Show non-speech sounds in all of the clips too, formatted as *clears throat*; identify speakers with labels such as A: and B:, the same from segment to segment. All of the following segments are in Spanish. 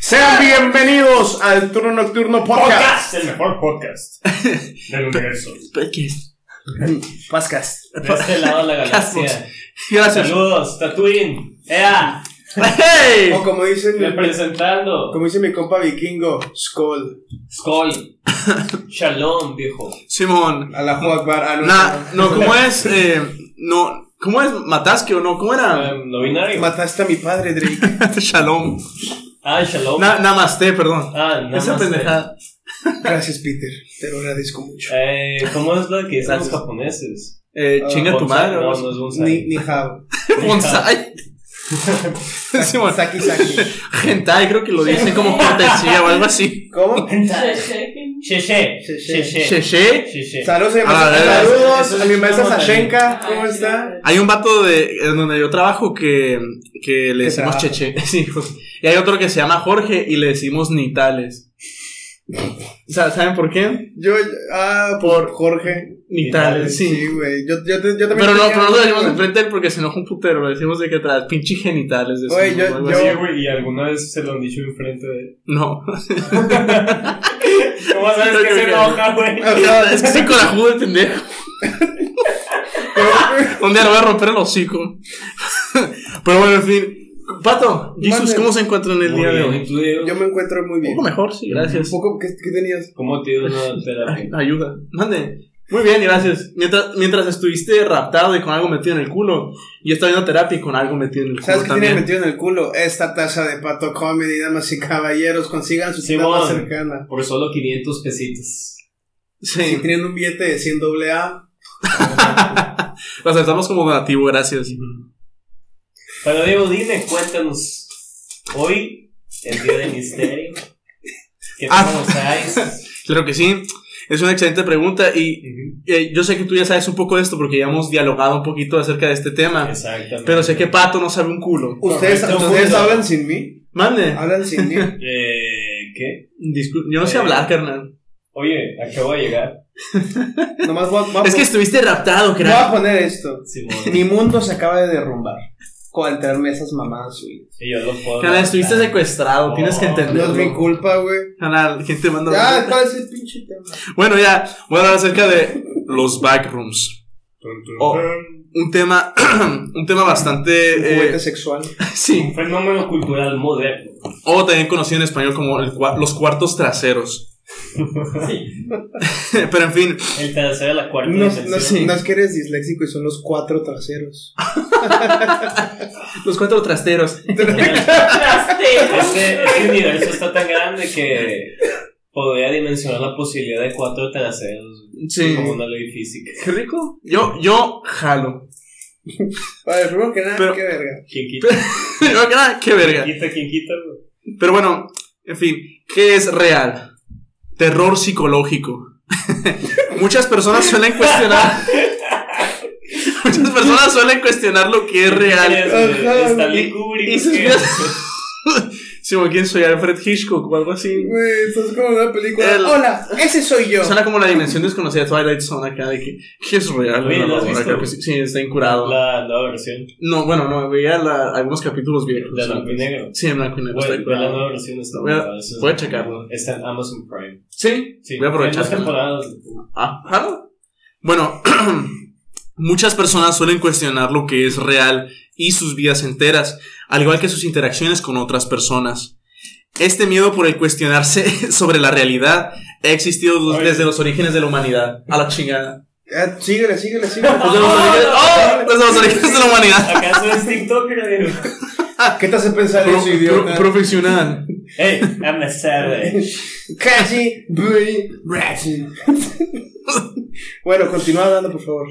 A: Sean bienvenidos al Turno Nocturno Podcast.
B: Podcast, el mejor podcast del *laughs* universo.
A: Podcast.
B: De este lado de la galaxia.
A: Gracias.
B: Saludos, Tatooine. ¡Ea!
A: ¡Hey!
C: O como dice, mi,
B: Representando.
C: como dice mi compa vikingo, Skull,
B: Skull. Shalom, viejo.
D: Simón.
C: a la Akbar, ah, no,
D: Na- no, ¿cómo es? Eh, no, ¿cómo es? Matasque o no, ¿cómo era?
B: Um, no
C: no.
B: binario.
C: mataste a mi padre, Drake.
D: *laughs* Shalom.
B: Ah, Shalom.
D: Na- namaste, perdón.
B: ah, nada
D: Esa
B: más.
D: pendejada.
C: Gracias, Peter, te lo agradezco mucho.
B: Eh, ¿Cómo es lo que dicen los
D: Gracias.
B: japoneses?
D: Eh,
C: Ah,
D: chinga tu
B: Bonsai,
D: madre.
B: No,
D: o- *laughs*
B: no es bonsai.
C: Ni, ni hao.
D: Bonsai.
B: *laughs*
D: Simón.
C: Saki, saki.
D: Hentai creo que lo dicen como cortesía o algo así.
C: ¿Cómo?
B: Sheshe.
C: Sheshe.
B: Sheshe.
D: Cheche.
B: Sheshe.
C: Saludos, a mi
D: Ah,
C: maestra-
D: eh,
C: saludos
B: eso es
C: a mi maestra
B: un tema
C: Sashenka, ¿cómo está?
D: Hay un vato de en donde yo trabajo que, que le
C: Que
D: decimos
C: trabaja.
D: Cheche. *laughs* Sí, pues. Y hay otro que se llama Jorge y le decimos Nitales. O sea, ¿Saben por qué?
C: Yo, ah, por Jorge.
D: Nitales, sí.
C: Sí, güey. Yo, yo, te- yo también.
D: Pero no,
C: tenía
D: pero no lo
C: uno,
D: decimos
C: güey.
D: enfrente de él porque se enoja un putero, lo decimos de que atrás, pinche genitales de
C: Oye, yo- yo-
B: Oye, güey, ¿y alguna vez se lo han dicho enfrente de él?
C: *laughs*
D: No.
B: ¿Cómo *laughs* sabes
D: Yo
B: que
D: creo
B: se
D: que-
B: enoja, güey?
D: *laughs* es que se corajudo el pendejo. Un día le voy a romper el hocico. *laughs* pero bueno, en fin. Pato, Jesus,
C: Mande.
D: ¿cómo se encuentran el día de
B: Muy bien,
D: hoy?
B: ¿y tú,
C: *laughs*
B: Diego?
C: Yo me encuentro muy
D: Un
C: bien.
D: poco mejor, sí, gracias.
C: Un poco, ¿qué, qué tenías?
B: ¿Cómo te dio una
D: Ay,
B: terapia?
D: Ayuda. Mande. Muy bien, gracias. Mientras, mientras estuviste raptado y con algo metido en el culo, yo estaba viendo terapia y con algo metido en el culo
C: ¿Sabes qué tiene
D: también.
C: metido en el culo? Esta taza de pato comedy, damas y caballeros, consigan su tienda
B: Simón.
C: más cercana.
B: Por solo 500 pesitos.
C: Si
D: Sí.
C: tienen un billete de 100 doble A,
D: Lo aceptamos como donativo, gracias.
B: Pero Diego, dime, cuéntanos. Hoy, el día de misterio. ¿Qué
D: Ah.
B: promocionáis?
D: Claro que sí. Es una excelente pregunta y eh, yo sé que tú ya sabes un poco de esto porque ya hemos dialogado un poquito acerca de este tema.
B: Exactamente.
D: Pero sé que Pato no sabe un culo.
C: ¿ustedes,
B: Correcto,
C: ¿ustedes
B: mundo.
C: hablan sin mí?
D: Mande.
C: ¿Hablan sin mí?
B: Eh, ¿Qué?
D: Discul- yo no sé
B: Eh.
D: hablar, carnal.
B: Oye, acabo de llegar.
C: Nomás voy a, voy a
D: *laughs* Es que
C: pon-
D: estuviste raptado,
C: voy a
D: crack.
C: poner esto.
B: Simón.
C: Mi mundo se acaba de derrumbar con entrarme esas mamadas, güey.
B: Y yo lo puedo.
D: Canal, estuviste
B: levantar.
D: secuestrado, tienes
B: No,
D: que
C: No es mi
D: entenderlo.
C: culpa, güey.
D: Canal, ¿quién te manda?
C: Ya, ¿cuál es el pinche tema?
D: Bueno, ya, voy a hablar acerca de los backrooms.
B: Tum, tum,
D: Oh.
B: tum.
D: Un tema, *clears throat* un tema
C: El
D: bastante...
C: juguete
D: eh,
C: sexual.
D: *laughs* sí,
B: Un fenómeno cultural moderno.
D: o también conocido en español como el cua- los cuartos traseros. *laughs* Pero en fin,
B: El tercero de la cuarta
C: No,
B: dimensión.
C: no-
B: *laughs*
D: Sí.
C: no es que eres disléxico y son los cuatro traseros.
D: los cuatro traseros.
B: Este, este universo está tan grande que podría dimensionar la posibilidad de cuatro traseros.
D: Sí.
B: Como una ley física.
D: Qué rico. Yo, yo jalo. *laughs*
C: Vale, primero que nada,
D: Pero-
C: qué verga.
B: ¿Quién quita?
D: Yo, ah, qué verga.
B: ¿Quién quita? ¿Quién quita? güey?
D: Pero bueno, en fin, ¿qué es real? Terror psicológico. *laughs* Muchas personas suelen cuestionar. *laughs* Muchas personas suelen cuestionar lo que es *laughs* real.
C: Ajá.
B: Es Stanley
D: Y-
B: Kubrick.
D: y sus
B: ¿qué?
D: vidas- Sí, como quién soy Alfred Hitchcock o algo así.
C: Güey, estás como en una película.
D: El-
C: Hola, ese soy yo.
D: Suena como la dimensión desconocida de Twilight Zone acá de que, ¿qué es real?
B: Oye, ¿lo has
D: Ahora
B: visto?
D: creo que sí, sí, está incurado.
B: *laughs* La nueva versión.
D: No, bueno, no, veía la- algunos capítulos viejos.
B: De blanco y negro.
D: Pues Sí, en blanco y negro.
B: Güey,
D: está
B: ve la
D: curado.
B: nueva versión está
D: Voy a-
B: buena, eso es-
D: voy a checarlo.
B: Está en Amazon Prime.
D: Sí,
B: Sí,
D: voy a aprovechar.
B: Hay dos temporadas.
D: Ah, claro. Bueno, *clears throat* muchas personas suelen cuestionar lo que es real y sus vidas enteras, al igual que sus interacciones con otras personas. Este miedo por el cuestionarse *laughs* sobre la realidad ha existido los-
B: Ay.
D: desde los orígenes de la humanidad. A la chingada.
C: Eh, síguele, síguele,
D: *laughs*
C: síguele.
D: Desde los orígenes, ¡Oh! Desde los orígenes de la humanidad.
B: ¿Acaso es TikToker? Diego?
C: Ah, ¿Qué te hace pensar
D: Pro-
C: eso, idiota?
D: pro- profesional.
B: Hey, I'm a savage.
C: Casi Brie Ratchet. *laughs* bueno, continúa hablando, por favor.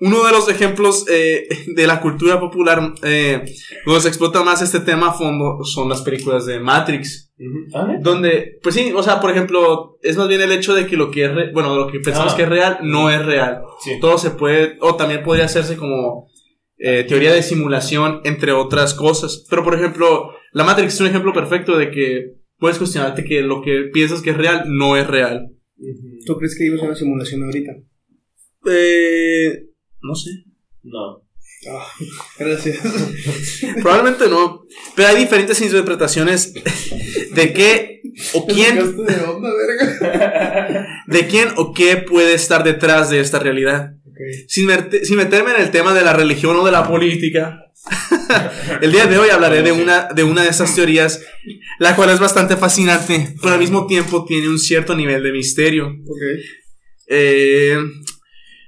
D: Uno de los ejemplos eh, de la cultura popular eh, donde se explota más este tema a fondo son las películas de Matrix.
B: ¿Ah?
D: Donde, pues sí, o sea, por ejemplo, es más bien el hecho de que lo que es, re- bueno, lo que pensamos
B: Ah.
D: que es real no es real.
B: Sí.
D: Todo se puede, o también podría hacerse como eh, teoría de simulación, entre otras cosas. Pero, por ejemplo, la Matrix es un ejemplo perfecto de que puedes cuestionarte que lo que piensas que es real no es real.
C: ¿Tú crees que vivimos una simulación ahorita?
D: Eh, no sé.
B: No.
C: Ah, gracias.
D: Probablemente no. Pero hay diferentes interpretaciones de qué o *laughs* quién,
C: Sacaste de onda, verga.
D: de quién o qué puede estar detrás de esta realidad.
C: Ok.
D: Sin, merte- sin meterme en el tema de la religión o de la política, *laughs* el día de hoy hablaré de una, de una de esas teorías, la cual es bastante fascinante, pero al mismo tiempo tiene un cierto nivel de misterio.
C: Ok.
D: Eh,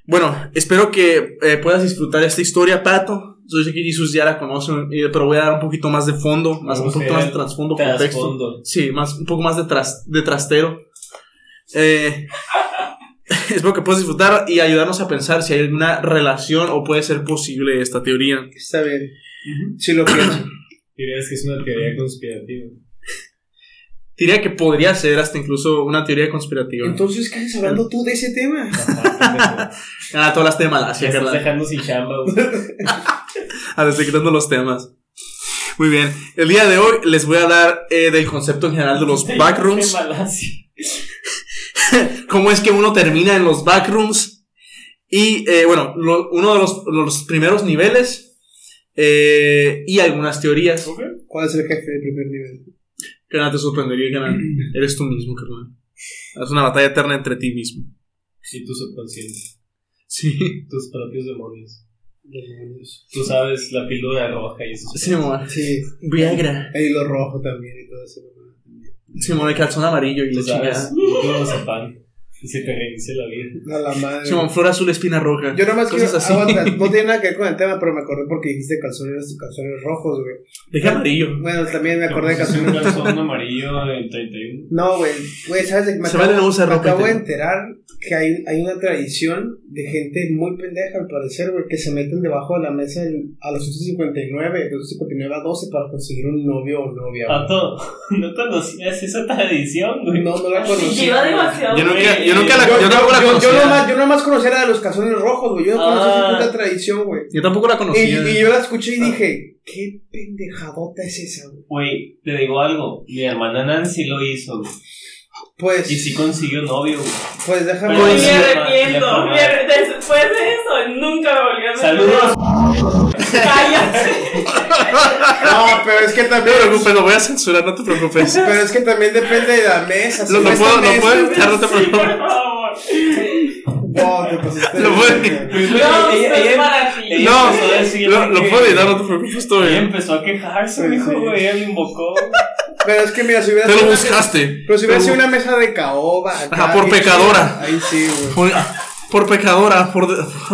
D: bueno, espero que eh, puedas disfrutar esta historia, Pato. Yo sé que Jesus ya la conocen, eh, pero voy a dar un poquito más de fondo, más, un
B: Vamos a
D: poquito
B: ver
D: más de
B: el
D: trasfondo, contexto.
B: Trasfondo.
D: Sí, más, un poco más de, tras- de trastero. Eh, *laughs* espero que puedas disfrutar y ayudarnos a pensar si hay alguna relación o puede ser posible esta teoría.
C: Está bien. Sí lo
D: *coughs*
C: pienso.
B: Dirías que es una teoría
D: *laughs*
B: conspirativa.
D: Diría que podría ser hasta incluso una teoría conspirativa.
C: Entonces, ¿qué estás hablando tú de ese tema?
B: Ajá,
D: ah, tú hablaste de Malasia,
B: Te estás
D: ¿verdad?
B: dejando sin chamba, güey.
D: *laughs* a descifrando los temas. Muy bien, el día de hoy les voy a hablar eh, del concepto en general de los
B: *laughs*
D: backrooms,
B: De Malasia.
D: cómo es que uno termina en los backrooms y eh, bueno, lo- uno de los, los primeros niveles eh, y algunas teorías.
C: ¿Cuál es el jefe del primer nivel?
D: Que nada te sorprendería,
B: *clears throat*
D: que nada, eres tú mismo, carnal. Es una batalla eterna entre ti mismo.
B: Y tu subconsciente.
D: Sí,
B: *laughs* Tus propios demonios. Demonios. Tú sabes la píldora roja y eso.
D: Simón.
C: Sí.
D: Viagra.
C: El hilo rojo también y todo eso. ¿no?
D: Simón, el calzón amarillo y
B: Tú
D: la
B: sabes.
D: chingada.
B: *laughs* Clonazepam. Y se te reinicia la vida.
C: A la madre.
D: Simón, flor azul, espina roja.
C: Yo nomás quiero.
D: Cosas así.
C: Aguanta, no tiene nada que ver con el tema, pero me acordé porque dijiste calzones, calzones rojos, güey.
D: Deja amarillo.
C: Bueno, también me acordé de
B: Conoces
C: calzones
B: Un calzón amarillo en 31.
C: No, güey, güey, sabes de que me
D: Se
C: acabo,
D: vale no usar
C: me
D: ropa
C: acabo de
D: interior.
C: enterar que hay, hay una tradición de gente muy pendeja, al parecer, güey, que se meten debajo de la mesa el- a las 8.59, de 8.59 a 12 para conseguir un novio o novia. güey.
B: Pato, *laughs* no conocías esa tradición, güey.
C: No, no la conocía.
E: Lleva
C: güey.
E: demasiado.
D: Yo nunca,
E: Eh,
B: Güey.
D: yo nunca la, yo,
C: Yo, yo,
D: tampoco la
C: yo- yo
D: conocía.
C: nomás, yo nomás conocía la de los calzones rojos, güey. Yo no conocía
B: Ah.
C: esa puta tradición, güey.
D: Yo tampoco la
C: Y,
D: conocía.
C: y yo la escuché y dije, ¿qué pendejadota es esa, güey?
B: Güey, te digo algo. Mi hermana Nancy lo hizo. güey.
C: Pues,
B: Y sí consiguió novio,
D: *laughs*
B: güey.
C: pues déjame.
E: Me
B: Pues-
E: arrepiento. me arre- Después de eso, nunca me volví a meter.
B: Saludos.
E: Cállate.
C: *laughs* No, pero es que
D: No
C: también.
D: te preocupes, lo voy a censurar, no te preocupes.
C: Pero es que también depende de la mesa.
D: Lo, lo
C: esta
D: puedo, lo
C: mesa-
D: puedo editar, no te
E: Sí,
D: preocupes.
E: por favor.
C: No, pues, te pasaste.
D: *laughs* Lo
C: de
D: puedo-
C: verga.
E: No,
B: Ella-
E: esto es
B: ella-
E: para ti.
B: ella-
D: No,
B: empezó a decirle
D: lo, lo
B: que-
D: puedo editar, no te preocupes, todo
B: Ella
D: bien.
B: empezó a quejarse,
C: Sí,
B: dijo,
C: sí.
B: güey. Ella me invocó.
C: Pero es que mira, si hubiera
D: Te lo
C: una-
D: buscaste.
C: Pero si hubiera
D: Te
C: sido
D: lo-
C: una mesa de caoba. acá,
D: Ajá, por
C: bien
D: pecadora.
C: chida. Ahí sí, güey.
D: Por, por pecadora, por,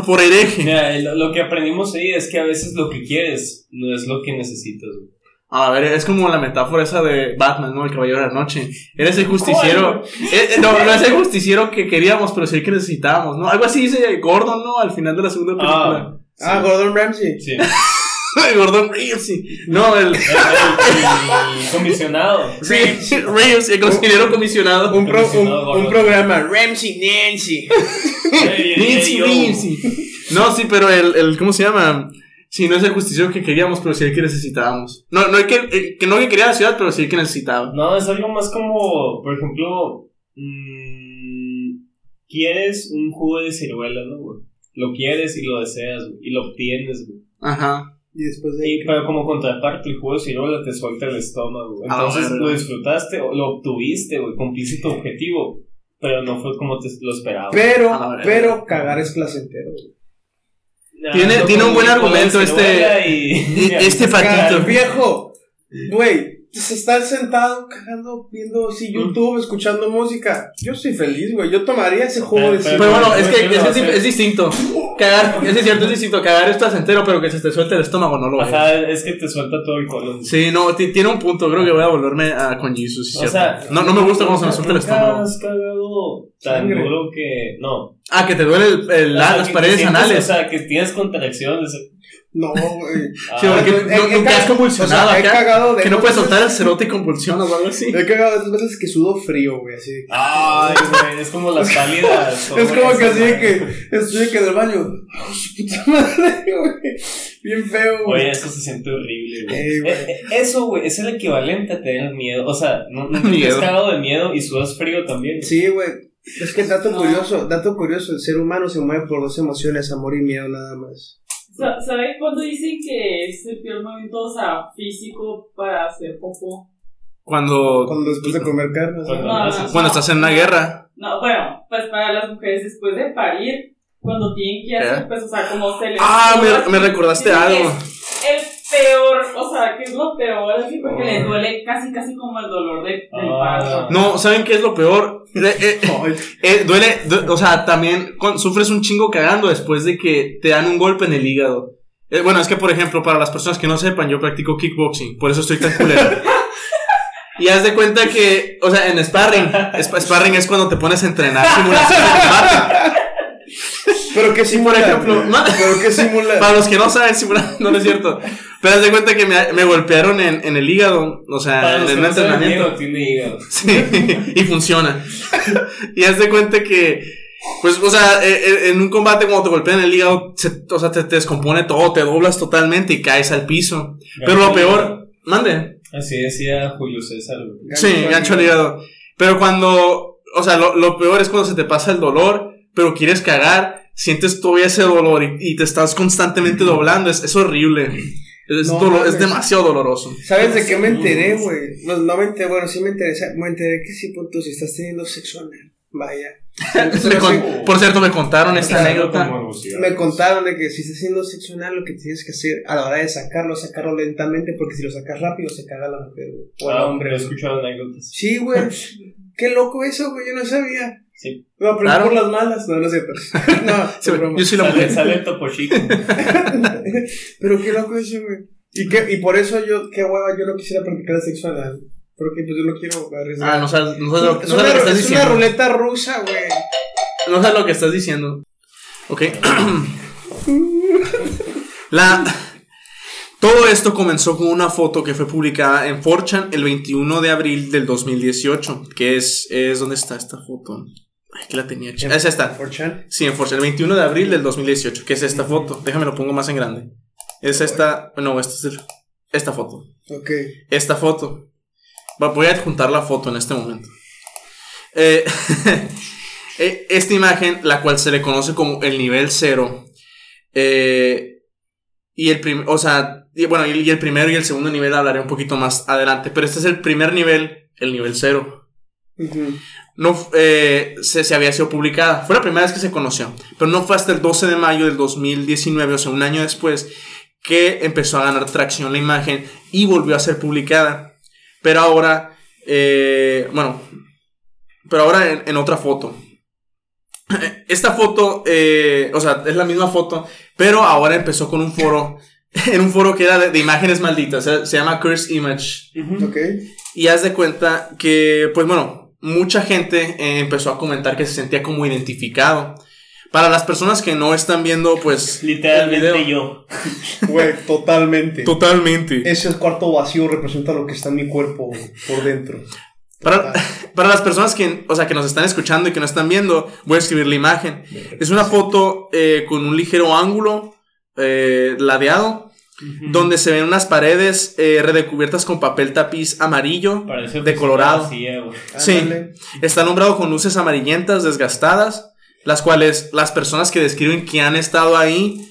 D: por hereje.
B: Mira, lo, lo que aprendimos ahí es que a veces lo que quieres no es lo que necesitas, güey.
D: A ver, es como la metáfora esa de Batman, ¿no? El caballero de la noche. Eres el justiciero. Eh, eh, no, no es el justiciero que queríamos, pero sí el que necesitábamos, ¿no? Algo así dice Gordon, ¿no? Al final de la segunda película.
B: Ah,
C: Ah, Gordon Ramsay.
B: sí. El,
D: *laughs* Gordon Ramsay. No, el.
B: el- el comisionado.
D: *laughs* Sí, Ramsay, el cocinero comisionado.
C: Un, pro- un,
B: Comisionado Gordon.
C: un programa, Ramsay Nancy.
B: Ey, ey,
D: Vinci,
B: yo.
D: Vinci. No, sí, pero el, el ¿cómo se llama? Sí, no es el justiciero que queríamos, pero sí el que necesitábamos. No, no el que, el que no que quería la ciudad, pero sí el que necesitaba.
B: No, es algo más como, por ejemplo, mm, quieres un jugo de ciruela, ¿no, güey? Lo quieres y lo deseas, güey, y lo obtienes, güey.
D: Ajá.
C: Y después de.
B: Y, pero como contraparte, el jugo de ciruela te suelta el estómago, güey.
D: Ah,
B: Entonces
D: bueno.
B: lo disfrutaste, o lo obtuviste, güey, cumpliste tu objetivo, pero no fue como te lo esperabas.
C: Pero,
D: A ver.
C: pero cagar es placentero. güey.
B: Ah,
D: Tiene-
B: no
D: tiene un
B: como
D: buen
B: el jugo de
D: argumento este-
B: ciruela y-
D: Y *laughs* este
C: Cagar,
D: patito.
C: viejo. Güey, se está sentado cagando, viendo
B: Mm.
C: así YouTube, escuchando música. Yo soy feliz, güey. Yo tomaría ese juego de
B: Pero-
D: Pero bueno, es que,
B: Pero
D: es, que es,
B: no,
D: di-
B: sí.
D: es distinto. Cagar, es cierto, es distinto. Cagar es placentero, pero que se te suelte el estómago, no lo
B: *laughs*
D: es.
B: Ajá, es que te suelta todo el colon.
D: Sí, no, ti- tiene un punto. Creo que voy a volverme a, con Jesus, sí,
B: O
D: cierto.
B: sea,
D: no, no me gusta cómo se me
B: nunca-
D: suelta
B: nunca
D: el estómago.
B: has cagado tan
C: Sangre.
B: duro que. No,
D: Ah, que te duele el- el-
B: O sea,
D: las
B: que
D: paredes
B: te sientes,
D: anales.
B: O sea, que tienes contracciones.
C: No, güey.
B: Ah,
D: Sí, porque
C: He-
D: no-
C: he
D: nunca has
C: cagado-
D: convulsionado
C: o sea, he
D: acá,
C: cagado de
D: que no puedes
C: veces-
D: soltar el cerote y convulsionas o algo así.
C: He cagado esas veces que sudo frío, güey. Así
D: Ah,
C: de
B: Ay, güey, es como las pálidas.
C: Es como que así de
B: esas,
C: que estoy que en el baño. ¡Ah, su puta madre, güey! Bien feo,
B: Güey,
C: güey.
B: eso se siente horrible, güey.
C: Ey, güey.
B: Eh, eh, Eso, güey, es
D: *laughs*
B: el equivalente a tener miedo. O sea, no, no te has
D: Miedo.
B: cagado de miedo y sudas frío también.
C: Sí, güey. Es que dato curioso, dato curioso, el ser humano se mueve por dos emociones, amor y miedo nada más.
E: Sa- ¿Saben cuándo dicen que es el peor momento, o sea, físico para hacer popó?
D: Cuando,
C: Cuando después de comer carne, o sea,
B: Cuando-
E: No,
B: naces.
E: no,
D: cuando
E: no.
D: estás en una guerra.
E: No, bueno, pues para las mujeres después de parir, cuando tienen que hacer,
D: ¿Qué?
E: pues, o sea, como se les.
D: Ah, me, me recordaste
E: Dicen que
D: algo.
E: Es el peor, o sea, que es lo peor, así
D: Oh.
E: porque les duele casi, casi como el dolor de, del
B: Ah.
E: parto.
D: No, ¿saben qué es lo peor? Eh, eh, eh, duele, du- o sea, también cuan- sufres un chingo cagando después de que te dan un golpe en el hígado. Eh, bueno, es que, por ejemplo, para las personas que no sepan, yo practico kickboxing, por eso estoy tan culero. Y haz de cuenta que, o sea, en sparring, sp- sparring es cuando te pones a entrenar simulación de combate.
A: Pero que simula.
D: por ejemplo,
A: güey.
D: no-
A: Pero que simula.
D: *laughs* Para los que no saben simulación, *laughs* no, no es cierto. Pero haz de cuenta que me, me golpearon en, en el hígado, o sea,
B: Para
D: en
B: los que
D: el
B: no saben,
D: entrenamiento.
B: Diego tiene hígado.
D: Sí, *laughs* y funciona. y haz de cuenta que, pues, o sea, e- e- en un combate cuando te golpean el hígado, se- o sea, te, te descompone todo, te doblas totalmente y caes al piso. Pero lo peor, mande.
B: Así decía Julio César, güey.
C: gancho
D: Sí,
C: al
D: gancho al
C: hígado.
D: hígado. Pero cuando, o sea, lo, lo peor es cuando se te pasa el dolor, pero quieres cagar, sientes todavía ese dolor y, y te estás constantemente doblando, es, es horrible. Es,
C: No
D: dolo-
C: mames.
D: es demasiado doloroso.
C: ¿Sabes de qué me enteré, güey? No, no me enteré, bueno, sí me enteré, me enteré que sí, punto, si estás teniendo sexo anal,
D: *laughs*
C: vaya.
D: Me con- por cierto, me contaron esta anécdota.
B: Con morbosidad.
C: Me contaron de que si estás haciendo sexo anal, lo que tienes que hacer a la hora de sacarlo, sacarlo lentamente, porque si lo sacas rápido se caga la mujer, güey. O el
B: Ah,
C: hombre.
B: He
C: güey.
B: escuchado anécdotas.
C: Sí,
D: *laughs*
C: güey. Qué loco eso, güey. Yo no sabía.
B: Sí.
C: Lo aprendí
D: Claro.
C: por las malas. No, no es
D: *laughs*
C: cierto. *laughs* No,
D: Sí,
C: es broma.
D: yo soy la
B: Sale,
D: mujer.
B: sale el topo
D: *laughs*
B: chico.
C: Pero qué loco eso, güey. Y, qué- y por eso yo, qué hueva, yo no quisiera practicar el sexo anal. Porque pues yo no quiero
D: Ah,
C: arriesgar.
D: no sabes, no sabes lo, no
C: es,
D: sabes
C: una,
D: lo que
C: ru-
D: estás
C: es una
D: diciendo.
C: ruleta rusa, güey.
D: No sabes lo que estás diciendo. Ok. *clears throat* La. Todo esto comenzó con una foto que fue publicada en 4chan el 21 de abril del 2018. Que es. es ¿Dónde está esta foto? Ay, que la tenía. ch- Esa está.
C: Forchan.
D: Sí, en 4chan. El 21 de abril del 2018. Que es esta foto. Déjame lo pongo más en grande. Es esta. No, esta es el- esta foto
C: Ok.
D: esta foto. Va- Voy a adjuntar la foto en este momento. Eh, *laughs* eh, esta imagen, la cual se le conoce como el nivel cero. eh, y el prim- o sea, y bueno, y, y el primero y el segundo nivel hablaré un poquito más adelante. Pero este es el primer nivel, el nivel cero
C: Ujú.
D: no f- eh, se, se había sido publicada. Fue la primera vez que se conoció, pero no fue hasta el 12 de mayo del 2019, o sea, un año después, que empezó a ganar tracción la imagen y volvió a ser publicada. Pero ahora, eh, bueno, pero ahora en, en otra foto. Esta foto, eh, o sea, es la misma foto, pero ahora empezó con un foro, *laughs* en un foro que era de, de imágenes malditas, se, se llama Curse Image.
C: Ok.
D: Y haz de cuenta que, pues bueno, mucha gente eh, empezó a comentar que se sentía como identificado. Para las personas que no están viendo, pues... el
B: Literalmente
D: video.
B: yo.
D: *laughs*
C: Güey, totalmente.
D: Totalmente.
C: Ese cuarto vacío representa lo que está en mi cuerpo güey, por dentro.
D: Para, para las personas que, o sea, que nos están escuchando y que no están viendo, voy a escribir la imagen. Es una foto eh, con un ligero ángulo eh, ladeado, donde se ven unas paredes eh, redecubiertas con papel tapiz amarillo.
B: Parece
D: De Colorado.
B: Sí, eh, güey. *laughs*
D: Sí.
C: Ah, Ándale.
D: Está alumbrado con luces amarillentas desgastadas, las cuales las personas que describen que han estado ahí,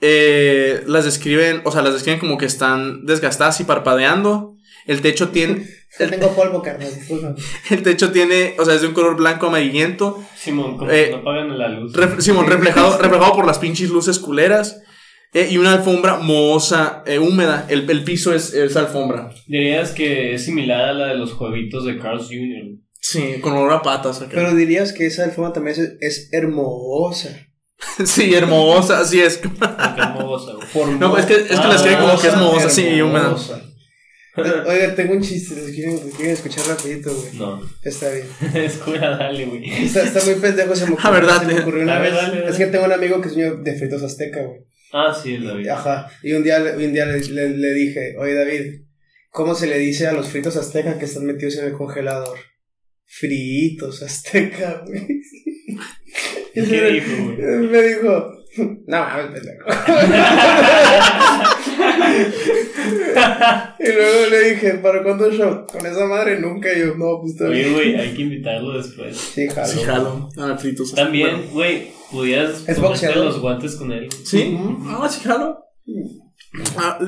D: eh, las describen, o sea, las describen como que están desgastadas y parpadeando. El techo tiene, *laughs*
C: Ya tengo polvo, carnal. disculpa.
D: el techo tiene, o sea, es de un color blanco amarillento,
B: Simón, como
D: Eh,
B: que no pagan la luz.
D: ref- Simón, reflejado, reflejado por las pinches luces culeras. eh, y una alfombra mohosa, eh, húmeda. El, el piso es, es alfombra.
B: Dirías que es similar a la de los jueguitos de Carl's Jr. güey.
D: Sí, con olor a patas acá.
C: Pero dirías que esa alfombra también es, es hermosa.
D: *laughs* Sí, hermosa, así es. *laughs*
B: Porque es mogosa, güey.
D: No, es que, es que la escriben como que es mohosa, sí, y húmeda. *laughs*
C: hermosa. Eh, Oiga, tengo un chiste. Si quieren, si quieren escuchar rapidito, güey.
B: No, *laughs*
C: Está bien.
B: es cura, dale, güey.
C: Está, está muy pendejo. Se me ocurrió,
D: Ah, ¿verdad?
C: se me ocurrió una
B: Dale,
C: vez.
B: dale, dale.
C: Es que tengo un amigo que es niño de fritos azteca, güey.
B: Ah, sí, el David.
C: Ajá. Y un día, le- un día le, le- le dije, oye David, ¿cómo se le dice a los fritos aztecas que están metidos en el congelador? Fritos azteca, güey. Y se
D: *laughs*
C: *laughs*
B: ¿Qué
C: me-
B: dijo, güey?
C: Me dijo, no mames, pendejo. *laughs* Y luego le dije, ¿para cuándo show? Con esa madre nunca. Y yo, no, pues está
B: Oye,
C: bien.
B: güey, hay que invitarlo después.
C: Sí, jalo.
D: Sí, jalo. Ah, fritos.
B: También, güey, pudieras
C: Es
B: ponerte
C: boxeador.
B: los guantes con él.
D: Sí.
C: Ujú.
D: Ah, sí, jalo. Ah,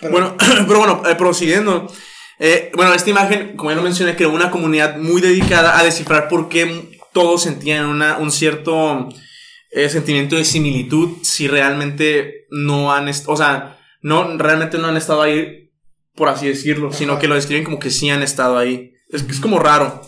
C: Pero-
D: bueno, *clears throat* pero bueno, eh, prosiguiendo. Eh, bueno, esta imagen, como ya lo mencioné, creó una comunidad muy dedicada a descifrar por qué todos sentían una, un cierto eh, sentimiento de similitud si realmente no han, est- o sea, no, realmente no han estado ahí, por así decirlo, sino
C: Ajá.
D: que lo describen como que sí han estado ahí. Es, es como raro.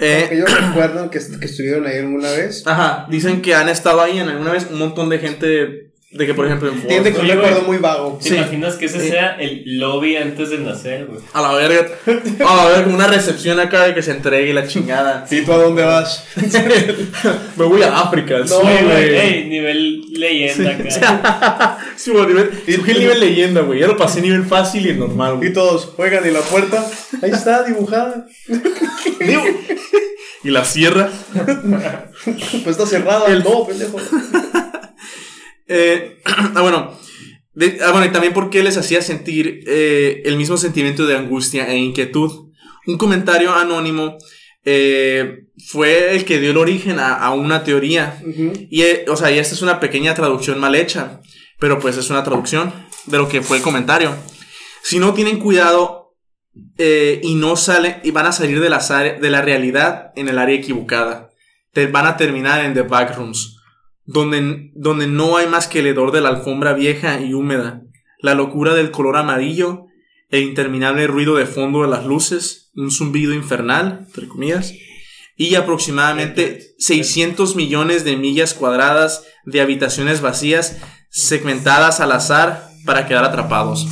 D: Eh,
C: Como que yo recuerdo que, est- que estuvieron ahí alguna vez.
D: Ajá, dicen que han estado ahí en alguna vez un montón de gente de que, por ejemplo, en
C: Tiene
D: Fortnite.
C: que un
B: Oye,
C: recuerdo
B: güey.
C: muy vago.
B: ¿Te
D: Sí.
B: imaginas que ese
D: Sí.
B: sea el lobby antes de nacer, güey?
D: A la verga. A la verga, una recepción acá de que se entregue la
C: *laughs*
D: chingada.
C: ¿Y tú a dónde vas?
D: Me voy a África. No,
B: Oye, güey,
D: güey.
B: ey, nivel leyenda
D: *laughs*
B: acá.
D: Sí, güey, nivel, surgí el nivel leyenda, güey. Ya lo pasé nivel fácil y el normal,
C: Y
D: güey.
C: todos, oigan, ¿y la puerta? Ahí está, dibujada.
D: Digo, Y la sierra.
C: Pues está cerrada. No,
D: *laughs*
C: pendejo.
D: Eh, *clears throat* ah, bueno. De- ah, bueno, y también porque les hacía sentir eh, el mismo sentimiento de angustia e inquietud. Un comentario anónimo eh, fue el que dio el origen a- a una teoría
C: Ujú.
D: Y, eh, o sea, y esta es una pequeña traducción mal hecha, pero pues es una traducción de lo que fue el comentario. Si no tienen cuidado eh, y no salen, y van a salir de, las área- de la realidad en el área equivocada. Te van a terminar en The Backrooms, donde, donde no hay más que el hedor de la alfombra vieja y húmeda, la locura del color amarillo, el interminable ruido de fondo de las luces, un zumbido infernal, entre comillas, y aproximadamente 600 millones de millas cuadradas de habitaciones vacías segmentadas al azar para quedar atrapados.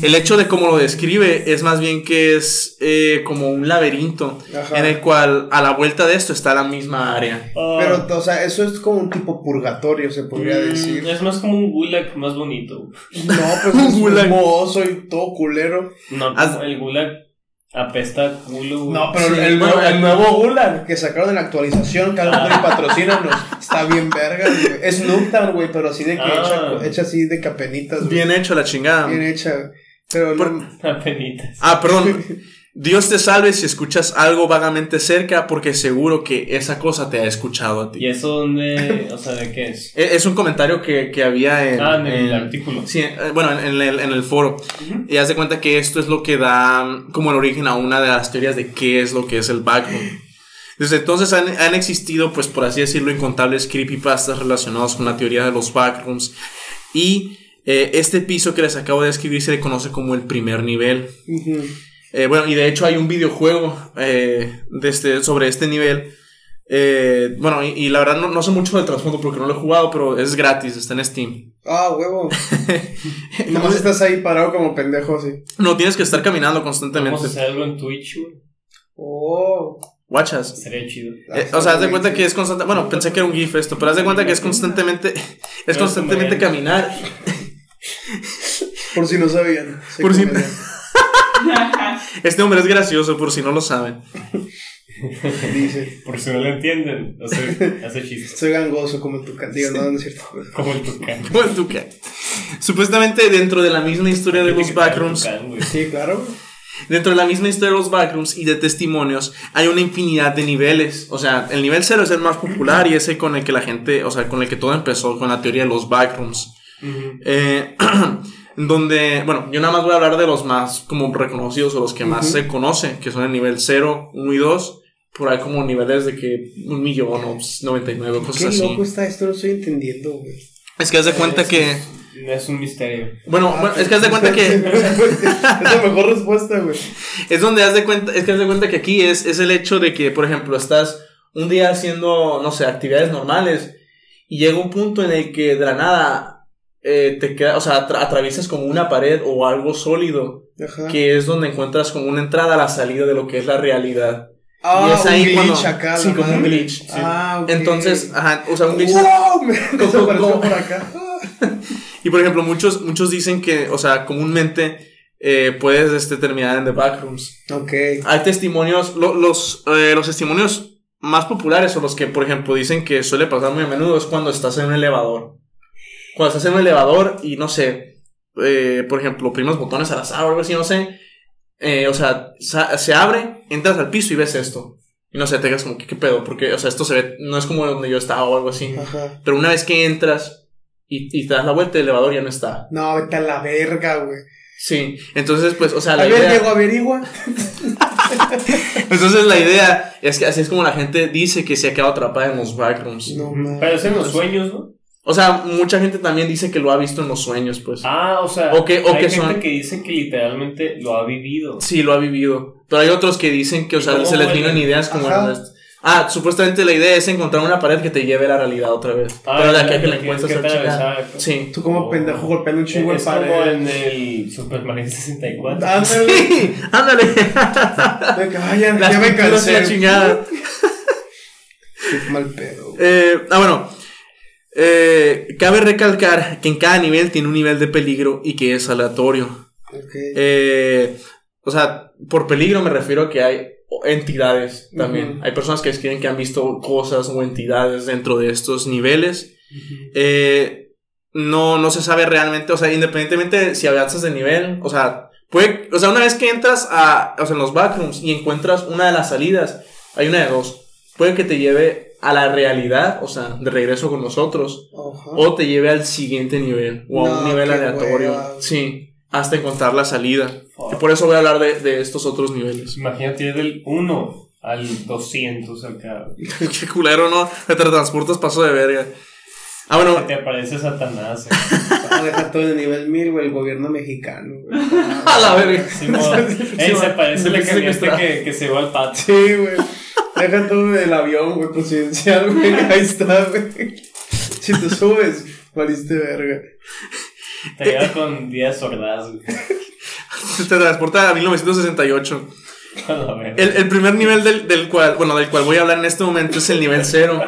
D: El hecho de cómo lo describe es más bien que es eh, como un laberinto
C: Ajá.
D: en el cual a la vuelta de esto está la misma área.
B: Ah,
C: Pero, o sea, eso es como un tipo purgatorio, se podría
B: mm,
C: decir.
B: Es más como un gulag más bonito. güey.
C: No,
D: *laughs*
C: pues es
D: Gulag.
C: un mohoso y todo culero.
B: No,
D: Haz-
B: como el gulag apesta a culo, güey. *laughs*
C: No, pero
D: Sí,
C: el,
D: bueno,
C: nuevo, el
D: el-
C: nuevo Gulag Ah. que sacaron en la actualización, Call of Duty patrocínanos, está bien verga, güey. Es Snoop Dogg, güey, pero así de que
B: Ah.
C: hecha, hecha así de capenitas, güey.
D: Bien hecho la chingada.
C: Bien hecha. Pero no-
D: Por-
B: Apenitas.
D: Ah, perdón. Dios te salve si escuchas algo vagamente cerca porque seguro que esa cosa te ha escuchado a ti.
B: ¿Y eso dónde? O sea, ¿de qué es?
D: E- Es un comentario que, que había en,
B: Ah, en el
D: en-
B: artículo.
D: Sí, eh, bueno, en, en el, en el foro. Y haz de cuenta que esto es lo que da mm, como el origen a una de las teorías de qué es lo que es el backroom. Desde entonces han, han existido, pues por así decirlo, incontables creepypastas relacionados con la teoría de los backrooms. Y eh, este piso que les acabo de describir se le conoce como el primer nivel.
C: Ujú.
D: Eh, bueno, y de hecho hay un videojuego eh, de este- sobre este nivel. Eh, bueno, y, y la verdad no, no sé mucho del trasfondo porque no lo he jugado, pero es gratis, está en Steam.
C: Ah,
D: *laughs*
C: huevo. Nomás estás ahí parado como pendejo así.
D: No, tienes que estar caminando
B: Vamos a
D: constantemente.
B: hacer algo en Twitch, güey.
C: Oh.
D: Guachas.
B: Sería chido.
D: Eh, o sea, haz de cuenta que es constante. Bueno, pensé que era un GIF esto, pero haz de cuenta que es constantemente. *laughs* Es
B: Pero
D: constantemente
B: es como
D: caminar.
C: Por si no sabían. soy
D: Por si-
C: comediante.
D: Este hombre es gracioso, por si no lo saben. *laughs*
C: *laughs* Dice,
B: Por si no lo entienden,
D: *laughs*
B: hace, hace chistes.
C: soy gangoso como tu candido. No, no es cierto.
B: Como el tucán.
D: Bueno, tú qué. Supuestamente dentro de la misma historia de los backrooms.
B: Tucán, güey.
C: Sí, claro.
D: Dentro de la misma historia de los backrooms y de testimonios hay una infinidad de niveles. O sea, el nivel cero es el más popular y ese con el que la gente, o sea, con el que todo empezó con la teoría de los backrooms.
B: Ujú.
D: Eh, *clears throat* donde, bueno, yo nada más voy a hablar de los más como reconocidos o los que más
C: Ujú.
D: se conocen, que son el nivel 0, 1 y 2, por ahí como niveles de que un millón o 99, cosas
C: Qué
D: Pues así.
C: loco Eh, está esto, no estoy entendiendo, güey.
D: Es que haz de cuenta que,
B: Es un misterio.
D: bueno,
C: Ah,
D: Ah, bueno, es que haz de
C: *laughs*
D: cuenta que...
C: es la mejor respuesta, güey.
D: Es donde haz de cuenta, es que haz de cuenta que aquí es, es el hecho de que, por ejemplo, estás un día haciendo, no sé, actividades normales y llega un punto en el que de la nada eh, te queda, o sea, atra- atraviesas como una pared o algo sólido,
C: Ajá.
D: que es donde encuentras como una entrada a la salida de lo que es la realidad.
C: Ah,
D: y es ahí
C: un glitch
D: cuando-
C: acá,
D: sí,
C: la
D: como un
C: madre.
D: glitch. sí.
C: Ah, ok.
D: Entonces, ajá, o sea, un glitch
C: ¡Wow! Me
D: *laughs*
C: *laughs*
D: Como-
C: desapareció
D: como-
C: por acá.
D: Y por ejemplo, muchos, muchos dicen que, o sea, comúnmente eh, puedes este, terminar en The Backrooms.
C: Ok.
D: Hay testimonios, lo- los, eh, los testimonios más populares o los que, por ejemplo, dicen que suele pasar muy a menudo es cuando estás en un elevador. Cuando estás en un elevador y no sé, eh, por ejemplo, primas botones al azar o algo así, no sé. Eh, o sea, sa- se abre, entras al piso y ves esto. Y no sé, te quedas como, ¿qué, qué pedo? Porque, o sea, esto se ve, no es como donde yo estaba o algo así.
C: Ajá.
D: Pero una vez que entras y, y te das la vuelta, el elevador ya no está.
C: No, vete a la verga, güey.
D: Sí, entonces, pues, o sea,
C: A
D: la
C: ver,
D: idea-
C: Diego, averigua.
D: entonces la idea es que así es como la gente dice que se ha quedado atrapada en los backrooms.
C: No,
B: Pero
C: no.
B: es en
D: Pues-
B: los sueños, ¿no?
D: O sea, mucha gente también dice que lo ha visto en los sueños, pues.
B: Ah, o sea,
D: O que- o
B: hay
D: que
B: gente
D: son-
B: que dice que literalmente lo ha vivido.
D: Sí, lo ha vivido. Pero hay otros que dicen que, o
B: ¿Y
D: sea,
B: cómo
D: se les
B: huele?
D: vienen ideas como...
C: Ajá.
D: las- Ah, supuestamente la idea es encontrar una pared que te lleve a la realidad otra vez.
B: Ah,
D: pero de
B: ya,
D: aquí a que
B: ya
D: la
B: tienes
D: encuentras
B: que
D: al chingada.
B: atravesar, ¿no?
D: Sí. *laughs*
C: Tú como
B: Oh.
C: pendejo golpeando un chingo de
B: Es como
C: pared.
B: en el Super Mario 64.
D: Ah. *laughs*
C: Ándale.
D: Ándale.
C: De que, ay, ya,
D: Las
C: ya me
D: pinturas y la
C: cansé.
D: chingada.
C: Qué mal pedo. güey.
D: Eh, ah, bueno. Eh, cabe recalcar que en cada nivel tiene un nivel de peligro y que es aleatorio.
C: Ok.
D: Eh, o sea, por peligro me refiero a que hay entidades también.
C: Ujú.
D: Hay personas que escriben que han visto cosas o entidades dentro de estos niveles. Eh, no, no se sabe realmente, o sea, independientemente de si avanzas de nivel, o sea, puede, o sea, una vez que entras a, o sea, en los backrooms y encuentras una de las salidas, hay una de dos, puede que te lleve a la realidad, o sea, de regreso con nosotros,
C: Ajá.
D: o te lleve al siguiente nivel, o a
C: No,
D: un nivel
C: qué
D: aleatorio,
C: hueva.
D: sí, hasta encontrar la salida. Y por eso voy a hablar de, de estos otros niveles. *laughs*
B: pues, Imagínate ir del 1 al 200 acá.
D: Qué culero, ¿no? Te transportas paso de verga. Ah,
B: Que
D: bueno,
B: te aparece Satanás. eh.
D: *laughs*
C: Vamos a dejar todo en el nivel 1000, güey, el gobierno mexicano, güey.
D: *laughs* a la verga.
B: Sí,
D: *laughs*
B: mo- Ey, se parece la
D: Sí,
B: camioneta
D: secuestrada.
B: que, que se va al patio.
C: Sí, güey. Deja todo del avión, güey, presidencial,
D: *laughs*
C: güey. Ahí está, güey. Si te subes, valiste verga.
B: Te lleva con días sordas, güey.
D: Te transporta a 1968.
B: A la verga.
D: El, el primer nivel del, del cual, bueno, del cual voy a hablar en este momento es el nivel cero.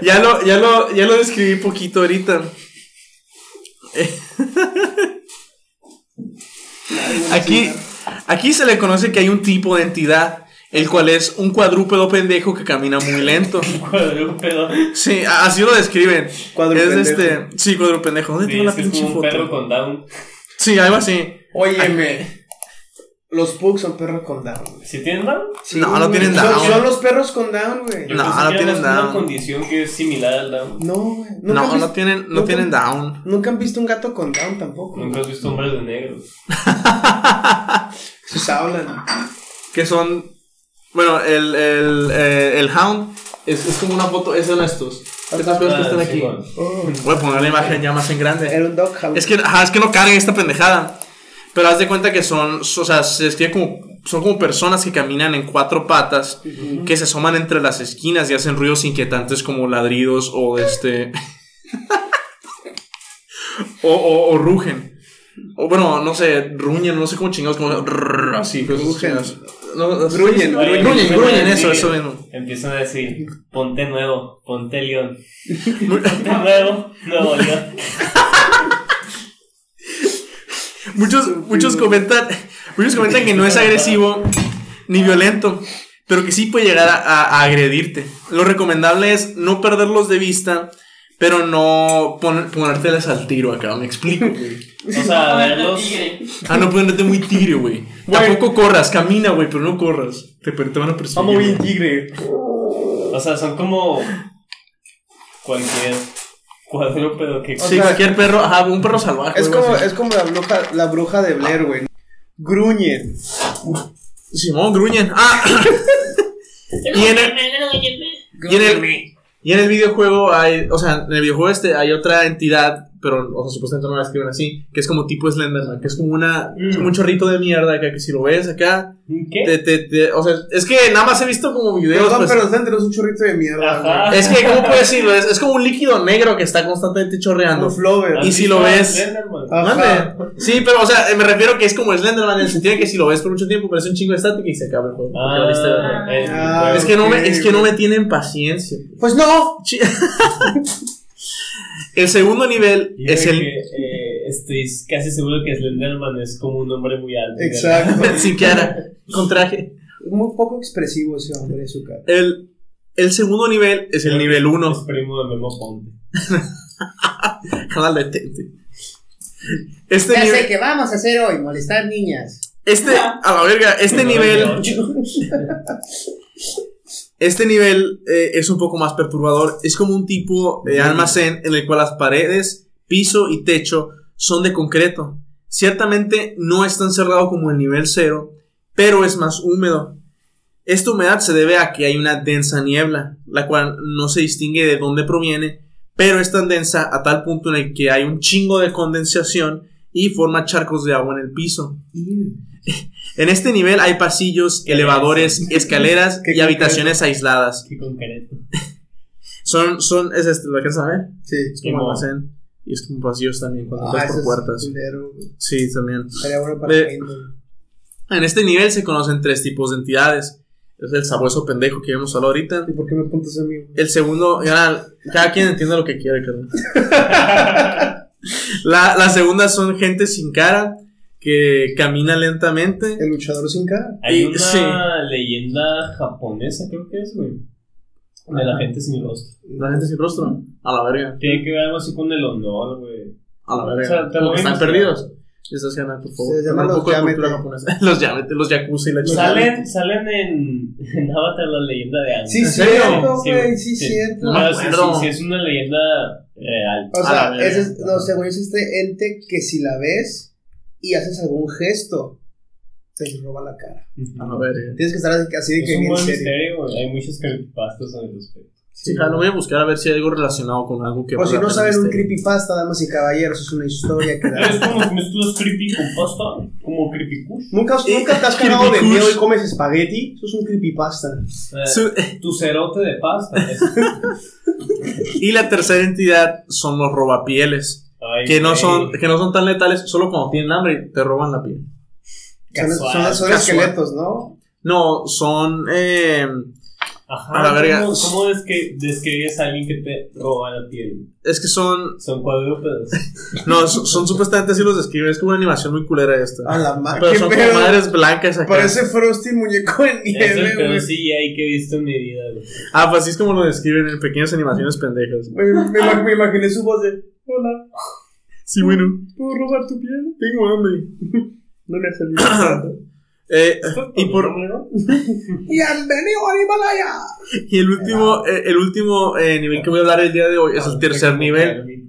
D: Ya lo, ya lo, ya lo describí poquito ahorita. Eh, Aquí, aquí se le conoce que hay un tipo de entidad, el cual es un cuadrúpedo pendejo que camina muy lento.
B: Cuadrúpedo.
D: Sí, a- así lo describen.
C: Cuadrupendejo.
D: Es este, sí, cuadrupendejo. ¿Dónde
B: Sí,
D: tiene
B: es
D: una
B: que es
D: pinche
B: como un perro
D: foto?
B: con down.
D: Sí, algo así.
C: Óyeme. Los pugs son perros con down, güey.
B: ¿Sí tienen down?
C: Sí,
D: No, no
C: güey.
D: tienen
C: Son-
D: down.
C: Son los perros con down, güey.
B: Yo
D: No,
B: pensé
D: no
B: que era
D: tienen
B: una
D: down.
B: condición que es similar al down.
C: No, güey. ¿Nunca han
D: No,
C: visto-
D: no tienen, no
C: nunca-
D: tienen down.
C: Nunca han visto un gato con down tampoco.
B: Nunca has visto hombres de negro.
C: Sus hablan.
D: que son. Bueno, el, el, eh, el Hound es, es como una foto, es de estos. Estas cosas que están
B: Ah,
D: aquí.
B: Simón.
C: Oh,
D: Voy a poner la imagen ya más en grande.
C: era un dog hound.
D: Es que, ajá, es que no carguen esta pendejada. Pero haz de cuenta que son, o sea, se describe como, son como personas que caminan en cuatro patas, que se asoman entre las esquinas y hacen ruidos inquietantes como ladridos o este. *laughs* o, o- o rugen. O bueno, no sé, ruñen, no sé cómo chingados, como rrr, así, pues,
C: Rugen.
D: chingados. No,
C: Gruñen,
D: gruñen, gruñen, gruñen, eso, eso
C: *laughs*
D: mismo.
B: Empiezan a decir, ponte nuevo, ponte león. Ponte nuevo, nuevo león.
D: Muchos, muchos comentan, muchos comentan que no es agresivo ni violento, pero que sí puede llegar a, a- a agredirte. Lo recomendable es no perderlos de vista, pero no pon- ponérteles al tiro acá, me explico, güey.
B: O sea,
E: *laughs*
B: verlos.
E: tigre.
D: Ah, no ponerte muy tiro, güey.
C: Güey.
D: Tampoco corras, camina, güey, pero no corras. Te, per- te van a perseguir.
C: Vamos bien
D: güey.
C: tigre.
B: O sea, son como cualquier cuadrúpedo que
D: Sí,
C: O sea,
D: cualquier perro, ajá, un perro *laughs* salvaje.
C: Es
D: güey,
C: como,
D: así.
C: es como la bruja, la bruja de Blair, güey. Gruñen.
D: Simón, gruñen. Ah. y en el, Y en, el, y en el videojuego hay, o sea, en el videojuego este hay otra entidad, pero o sea, supuestamente no la escriben así, que es como tipo Slenderman, que es como una, es
C: Mm.
D: como un chorrito de mierda acá, que si lo ves acá,
B: ¿Qué?
D: te, te, te- o sea, es que nada más he visto como videos,
C: ¿Eh? Perdón,
D: pues,
C: pero está entre un churrito de mierda, güey.
B: Ajá.
D: es que, ¿cómo puedo decirlo? Es, es como un líquido negro que está constantemente
C: Un
D: chorreando.
C: flover.
D: Y si lo
B: ¿Has visto
D: ves-
B: Slenderman?
C: Ah. Ajá.
D: Mande. Sí, pero, o sea, eh, me refiero que es como Slenderman en el sentido de que si lo ves por mucho tiempo parece un chingo de estática y se acaba el juego. porque valiste verga.
B: Ah, el
C: Ah,
B: juego.
D: es que no
C: ok,
D: me, es que no
C: güey.
D: me tienen paciencia.
C: Pues no.
D: Chi- *laughs* el segundo nivel
B: Yo
D: es
B: creo
D: el.
B: que, eh, estoy casi seguro que Slenderman es como un hombre muy alto. ¿verdad?
C: Exacto.
D: *laughs* Sin Kiara, con traje.
C: Muy poco expresivo ese hombre de su cara.
D: El, el segundo nivel es el
B: Es
D: nivel 1.
B: primo de Memo Ponte.
D: Jala la tete. Este
F: Ya sé
D: nivel.
F: que vamos a hacer hoy, molestar niñas.
D: Este. A la verga,
B: *laughs*
D: este nivel. Este nivel eh, es un poco más perturbador. Es como un tipo de almacén en el cual las paredes, piso y techo son de concreto. Ciertamente no es tan cerrado como el nivel cero, pero es más húmedo. Esta humedad se debe a que hay una densa niebla, la cual no se distingue de dónde proviene, pero es tan densa a tal punto en el que hay un chingo de condensación y forma charcos de agua en el piso. *laughs* En este nivel hay pasillos, elevadores, escaleras
C: Qué
D: y habitaciones aisladas.
B: Qué concreto.
D: Son, son, es este, ¿lo alcanzas a ver?
C: Sí.
D: Es como
B: Simón.
D: almacén. Y es como pasillos también, cuando
C: Ah,
D: entras
C: ese
D: por
C: es
D: puertas.
C: culero, güey.
D: Sí, también.
C: Estaría bueno para
D: Eh,
C: Paintball.
D: En este nivel se conocen tres tipos de entidades. Es el sabueso pendejo que vemos hablado ahorita.
C: ¿Y por qué me apuntas a mí? güey?
D: El segundo, ya, cada quien entiende lo que quiere, cabrón. La, la segunda son gente sin cara que camina lentamente.
C: El luchador sin cara.
B: Hay
D: Y-
B: una
D: sí.
B: leyenda japonesa, creo que es, güey. De la gente sin rostro.
D: La gente sin rostro. A la verga.
B: Tiene que ver algo así con el honor, güey.
D: A la
B: O sea,
D: verga.
B: te lo
D: Como que están
B: imaginas.
D: perdidos. Estás ganando, por favor.
C: Se
D: Tener
C: llaman
D: un
C: los
D: poco de
C: yamete.
D: cultura japonesa. *laughs* Los yamete, los yakuza y la
C: Los
D: chingada.
B: Salen, salen en, *laughs* en Avatar la leyenda de Aang.
C: Sí,
D: ¿En serio?
C: cierto,
B: Sí,
C: güey. Sí, cierto.
B: No,
D: No me
B: Ah, sí,
D: acuerdo.
B: sí, sí, es una leyenda eh, real.
C: O
D: A
C: sea,
D: la verga.
C: ese es, no, según es este ente que si la ves y haces algún gesto, te roba la cara.
D: A eh, la verga.
C: Tienes que estar así, así de que
B: Es un
C: bien
B: buen
C: serio.
B: misterio, güey. Hay muchos creepypastas en el respecto.
D: Sí, ja, lo voy a buscar a ver si hay algo relacionado con algo que.
C: Por si no
D: valga la pena
C: saben un
D: este.
C: creepypasta, damas y caballeros, es una historia que da.
B: *laughs* Es como que mezclas creepy con pasta, como creepycush.
C: ¿Nunca, nunca te has cagado de
D: Creepycush.
C: miedo y comes espagueti. Eso es un creepypasta.
B: Eh,
D: Su-
B: tu cerote de pasta. es-
D: y la tercera entidad son los robapieles.
B: Ay,
D: Que no,
B: güey.
D: son, que no son tan letales, solo cuando tienen hambre te roban la piel.
C: Son,
B: Casual,
C: son, son
D: casual.
C: esqueletos, ¿no?
D: No, son. eh,
B: Ajá,
D: A la verga.
B: ¿Cómo, cómo es que describes a alguien que te roba la piel?
D: es que son.
B: Son
D: *laughs*
B: cuadrúpedos.
D: No, son, son supuestamente así los describen. Es como una animación muy culera esta.
C: A la madre.
D: *laughs* Pero son como madres blancas acá.
C: Ah, Parece Frosty muñeco de
B: Eso
C: nieve,
B: pero
C: güey.
B: sí hay que he visto en mi vida. güey.
D: Ah, pues así es como lo describen en pequeñas animaciones pendejas.
C: Me, me ima- me imaginé su voz de Hola,
D: Sí, bueno.
C: ¿puedo robar tu piel?
D: Tengo hambre. *coughs*
C: No le ha
D: *laughs*
C: salido.
D: Eh, y, por,
C: ¡Bienvenido al Himalaya!
D: y el último, eh, el último eh, nivel que voy a hablar el día de hoy
B: Ah,
D: es el tercer nivel.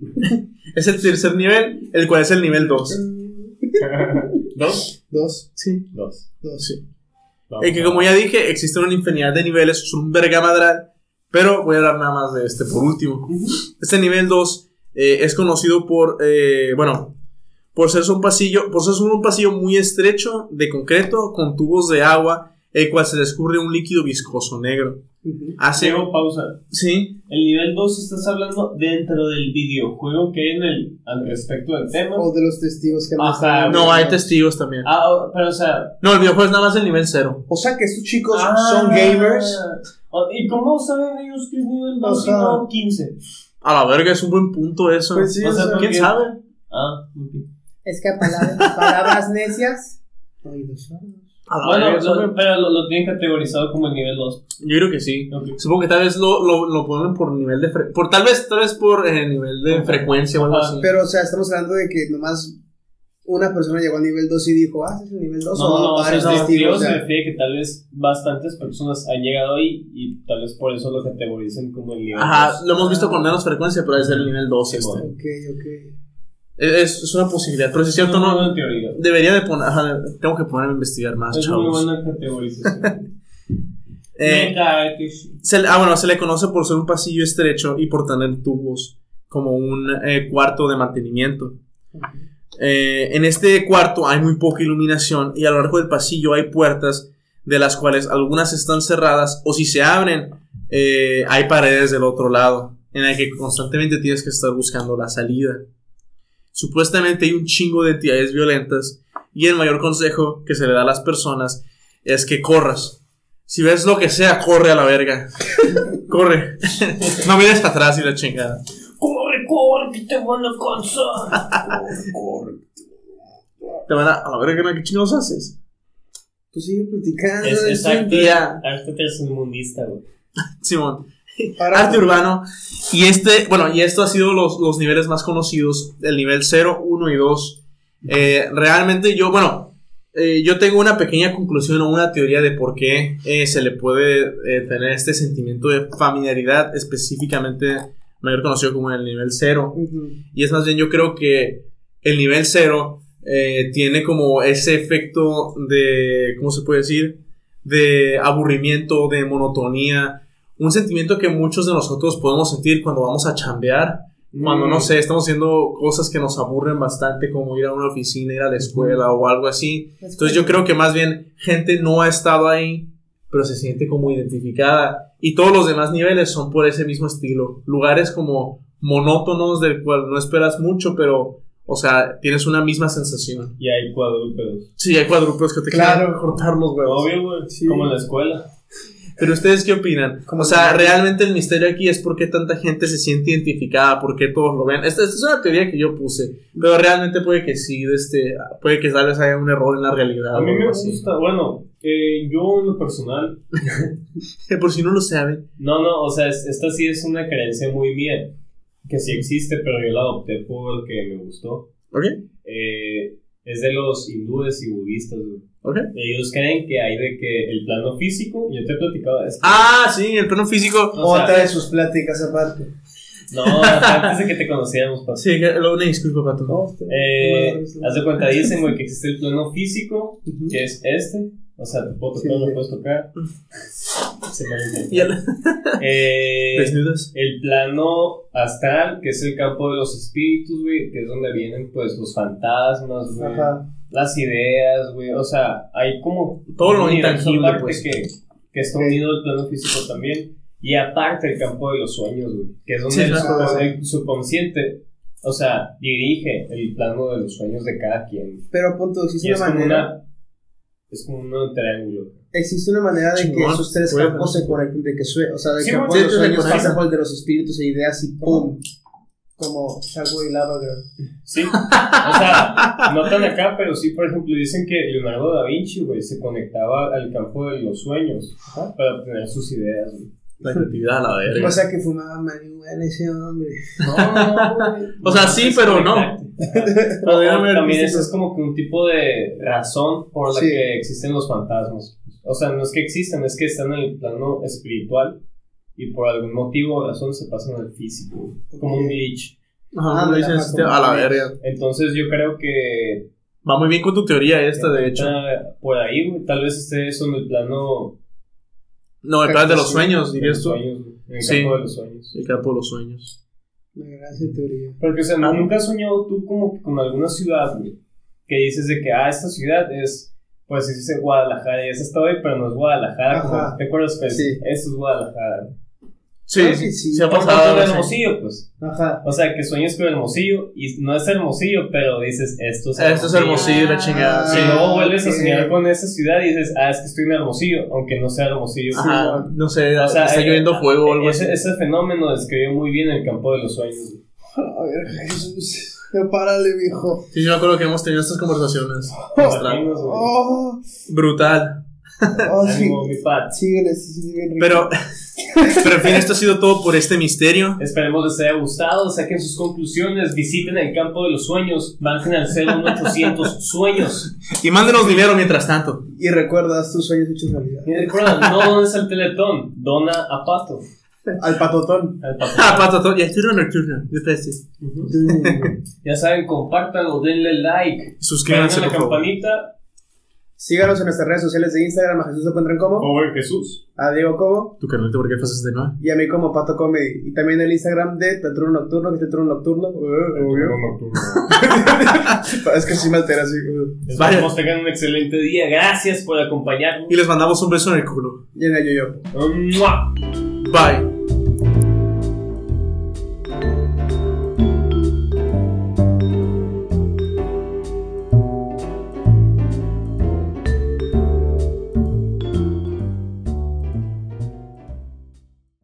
D: Es el tercer nivel, el cual es el nivel 2.
B: ¿Dos?
C: Dos,
D: Sí.
B: Dos.
C: dos.
D: Eh, que como ya dije, existen una infinidad de niveles, es un verga madral, pero voy a hablar nada más de este por último. Este nivel 2 eh, es conocido por, eh, bueno, por ser un pasillo, por ser un pasillo muy estrecho de concreto con tubos de agua, el cual se descubre un líquido viscoso negro. Hace,
B: Ciego, pausa.
D: sí,
B: El nivel 2 estás hablando dentro del videojuego que hay en el, al respecto del tema.
C: O de los testigos que no
B: Ajá,
C: están.
D: no, hay testigos también.
B: Ah, o- pero o sea.
D: No, el videojuego es nada más el nivel 0.
C: O sea que estos chicos
B: ah,
C: son gamers.
B: o- ¿Y cómo saben ellos que es nivel 2 y
C: Ajá.
B: no 15?
D: A la verga, es un buen punto eso.
C: Pues sí,
B: O sea,
C: o sea,
B: porque-
D: ¿Quién sabe?
B: Ah, ok.
F: Es que a palabras, palabras necias.
C: Ay, Dios mío.
D: A la
C: Ah,
B: Bueno,
D: verga, es un
B: lo-
D: buen-
B: pero lo, lo tienen categorizado como el nivel 2.
D: yo creo que sí.
C: pues,
D: Supongo que tal vez lo, lo, lo ponen por nivel de fre- por tal vez tal vez por eh, nivel de frecuencia o algo
B: Ajá,
D: así.
C: Pero, o sea, estamos hablando de que nomás una persona llegó al nivel 2 y dijo, ah, ese es el nivel 2
B: No, no,
C: o
B: o sea,
C: varios
B: no,
C: testigos.
B: digo,
C: o
B: se
C: sea,
B: refiere que tal vez bastantes personas han llegado ahí y tal vez por eso lo categorizan como el nivel
D: Ajá,
B: 2.
D: lo hemos visto con menos frecuencia, pero es el nivel 2 este. E-,
B: bueno.
C: Ok, ok.
D: Es, es una posibilidad, pero si es cierto,
B: Es muy
D: no.
B: buena teoría.
D: Debería de poner, ajá, tengo que ponerme a investigar más,
B: Es muy
D: chavos.
B: buena categorización.
D: *laughs* Eh,
B: Neta, que sí.
D: se le- ah, bueno, se le conoce por ser un pasillo estrecho y por tener tubos como un eh, cuarto de mantenimiento. Eh, en este cuarto hay muy poca iluminación y a lo largo del pasillo hay puertas de las cuales algunas están cerradas o si se abren eh, hay paredes del otro lado en la que constantemente tienes que estar buscando la salida. Supuestamente hay un chingo de entidades violentas y el mayor consejo que se le da a las personas es que corras. Si ves lo que sea, corre a la verga. *laughs* corre. *laughs* no mires para atrás y la chingada.
B: Corre, corre, que te van a cansar.
D: Te van a, a la verga, ¿qué chingados haces?
C: Tú sigue platicando.
B: Es, es
C: sí.
B: arte,
D: día.
B: arte tercermundista, güey.
D: Simón. arte urbano. Y este, bueno, y esto ha sido los, los niveles más conocidos, el nivel 0, 1 y 2. Eh, realmente yo, bueno, eh, yo tengo una pequeña conclusión o una teoría de por qué eh, se le puede eh, tener este sentimiento de familiaridad, específicamente mayor conocido como el nivel 0. Y es más bien, yo creo que el nivel 0 tiene como ese efecto de, ¿cómo se puede decir? De aburrimiento, de monotonía, un sentimiento que muchos de nosotros podemos sentir cuando vamos a chambear, cuando no sé, estamos haciendo cosas que nos aburren bastante, como ir a una oficina, ir a la escuela o algo así. Entonces yo creo que más bien gente no ha estado ahí, pero se siente como identificada. Y todos los demás niveles son por ese mismo estilo. Lugares como monótonos del cual no esperas mucho, pero, o sea, tienes una misma sensación.
B: Y hay cuadrúpedos.
D: Sí, hay cuadrúpedos que te
C: Claro.
D: quieren cortar los huevos.
B: Obvio, güey. Como en la escuela.
D: Pero ustedes qué opinan?
C: Como
D: o sea,
C: que-
D: realmente el misterio aquí es por qué tanta gente se siente identificada, por qué todos lo ven. Esta, esta es una teoría que yo puse, pero realmente puede que sí, este, puede que tal vez haya un error en la realidad.
B: A mí
D: o
B: me
D: algo así.
B: gusta. Bueno, eh, yo en lo personal
D: Que por si no lo saben.
B: No, no, o sea, es- esta sí es una creencia muy mía, que sí existe, pero yo la adopté porque me gustó.
D: ¿Ok?
B: Eh, es de los hindúes y budistas, güey.
D: ¿Ok?
B: Ellos creen que hay de que el plano físico, yo te he platicado de esto.
D: Ah, sí, el plano físico.
B: O sea,
C: Otra de sus pláticas aparte.
B: No, *laughs* antes de que te conociéramos, pa.
D: Sí, que- lo- una disculpa, Pato.
B: Eh,
C: No,
B: haz de cuenta, dicen, güey, que existe el plano físico,
D: Ujú.
B: que es este. O sea, te puedo tocar,
C: Sí,
B: me
C: sí. *laughs*
B: puedes tocar. Se me olvidó.
D: Y el-
B: Eh,
D: desnudos.
B: El plano astral, que es el campo de los espíritus, güey, que es donde vienen, pues, los fantasmas, güey,
C: Ajá.
B: las ideas, güey, o sea, hay como...
D: Todo lo
B: un universo
D: intangible,
B: aparte
D: pues.
B: Que, que está unido al plano físico también, y aparte el campo de los sueños, güey, que es donde
D: Sí,
B: el,
D: claro,
B: subcon-
C: sí.
B: el subconsciente, o sea, dirige el plano de los sueños de cada quien.
C: Pero punto,
B: Y
C: existe
B: es
C: una
B: como
C: manera.
B: una... Es como un triángulo.
C: Existe una manera de que
D: Chingón,
C: esos tres
D: puede
C: campos
D: ser.
C: se conecten, de que sue o sea, de
B: Sí,
C: que
B: bueno,
C: por los
D: sí, se
C: sueños
D: conectan.
C: pasa por el de los espíritus e ideas y pum. Como Shago y Lava Girl.
B: Sí, o sea, no tan acá, pero sí, por ejemplo, dicen que Leonardo da Vinci, güey, se conectaba al campo de los sueños para obtener sus ideas, güey.
D: La creatividad, la verga.
C: O sea que fumaba marihuana ese hombre.
B: No, no, güey.
D: O sea,
B: No,
D: sí,
B: es
D: pero no.
B: conectarte.
D: Pero debe
B: O
D: haber
B: también
D: artístico.
B: eso es como que un tipo de razón por la
C: Sí.
B: que existen los fantasmas. O sea, no es que existen, es que están en el plano espiritual y por algún motivo o razón se pasan al físico, güey. como un
C: Ok.
B: glitch.
D: Ajá, como
C: Ah,
D: dicen,
C: ajá,
D: este,
C: como
D: a la
C: que-
D: verga.
B: Entonces yo creo que
D: Va muy bien con tu teoría
B: Eh,
D: esta, de hecho.
B: Está Por ahí, güey. Tal vez esté eso en el plano
D: No, el plan de los sueños,
B: de los
D: dirías tú.
B: sueños, güey, en el
D: Sí.
B: campo de los sueños.
D: El campo de los sueños.
C: Una gracia teoría.
B: Porque, o sea, ¿no- nunca has soñado tú como que con alguna ciudad, güey. Que dices de que, ah, esta ciudad es, pues, es de Guadalajara y esa está hoy, pero no es Guadalajara. como-
C: Ajá.
B: ¿Te acuerdas? que
C: Sí.
B: Eso es Guadalajara.
D: Sí,
C: Creo
D: sí,
C: que sí.
D: Se ha
B: Por
D: pasado.
B: ejemplo, en
D: sí.
B: Hermosillo, pues.
C: Ajá.
B: O sea, que sueñas con Hermosillo y no es Hermosillo, pero dices, esto es
D: Esto es hermosillo, la chingada.
C: Ah,
D: sí.
B: Y luego vuelves a
C: ok.
B: soñar con esa ciudad y dices, ah, es que estoy en Hermosillo, aunque no sea Hermosillo.
D: Ajá, no sé,
B: O sea,
D: está
B: eh,
D: lloviendo fuego o algo así.
B: Ese, ese fenómeno describió muy bien el campo de los sueños. güey.
C: A ver, Jesús. No párale, viejo.
D: Sí, yo me acuerdo que hemos tenido estas conversaciones. Nuestra-
B: Sueños, güey.
C: Oh,
D: Brutal.
C: oh sí.
B: Ánimo, mi pat.
C: Síguele, sí, sí, sí, bien rico.
D: Pero, *laughs* pero en fin, esto ha sido todo por este misterio.
B: Esperemos les haya gustado, saquen sus conclusiones, visiten el campo de los sueños, bajen al
D: *laughs*
B: 01800 sueños.
D: Y mándenos dinero mientras tanto.
C: Y recuerda, haz tus sueños hechos realidad.
B: Y recuerda, no dones al teletón, dona a Pato.
C: Al patotón.
B: al Pato.
D: Ah, pato, to- ya estoy nocturno. ya está este.
B: Ujú.
C: Mm.
B: Ya saben, compártanlo, denle like,
D: Suscríbanse,
B: carguen la
D: por favor.
B: campanita.
C: *laughs* Síganos en nuestras redes sociales de Instagram. A Jesús se encuentran como.
B: Pobre Jesús.
C: A Diego Cobo.
D: Tu canal, ¿por qué haces de nuevo?
C: Y a mí como Pato Comedy. Y también el Instagram de Teatro Nocturno, que es Teatro Nocturno. Eh, obvio. es que sí me altera, sí. eh.
B: Esperemos tengan un excelente día, gracias por acompañarnos.
D: Y les mandamos un beso en el culo.
C: Y en el yo
B: ¡Mua!
D: Bye.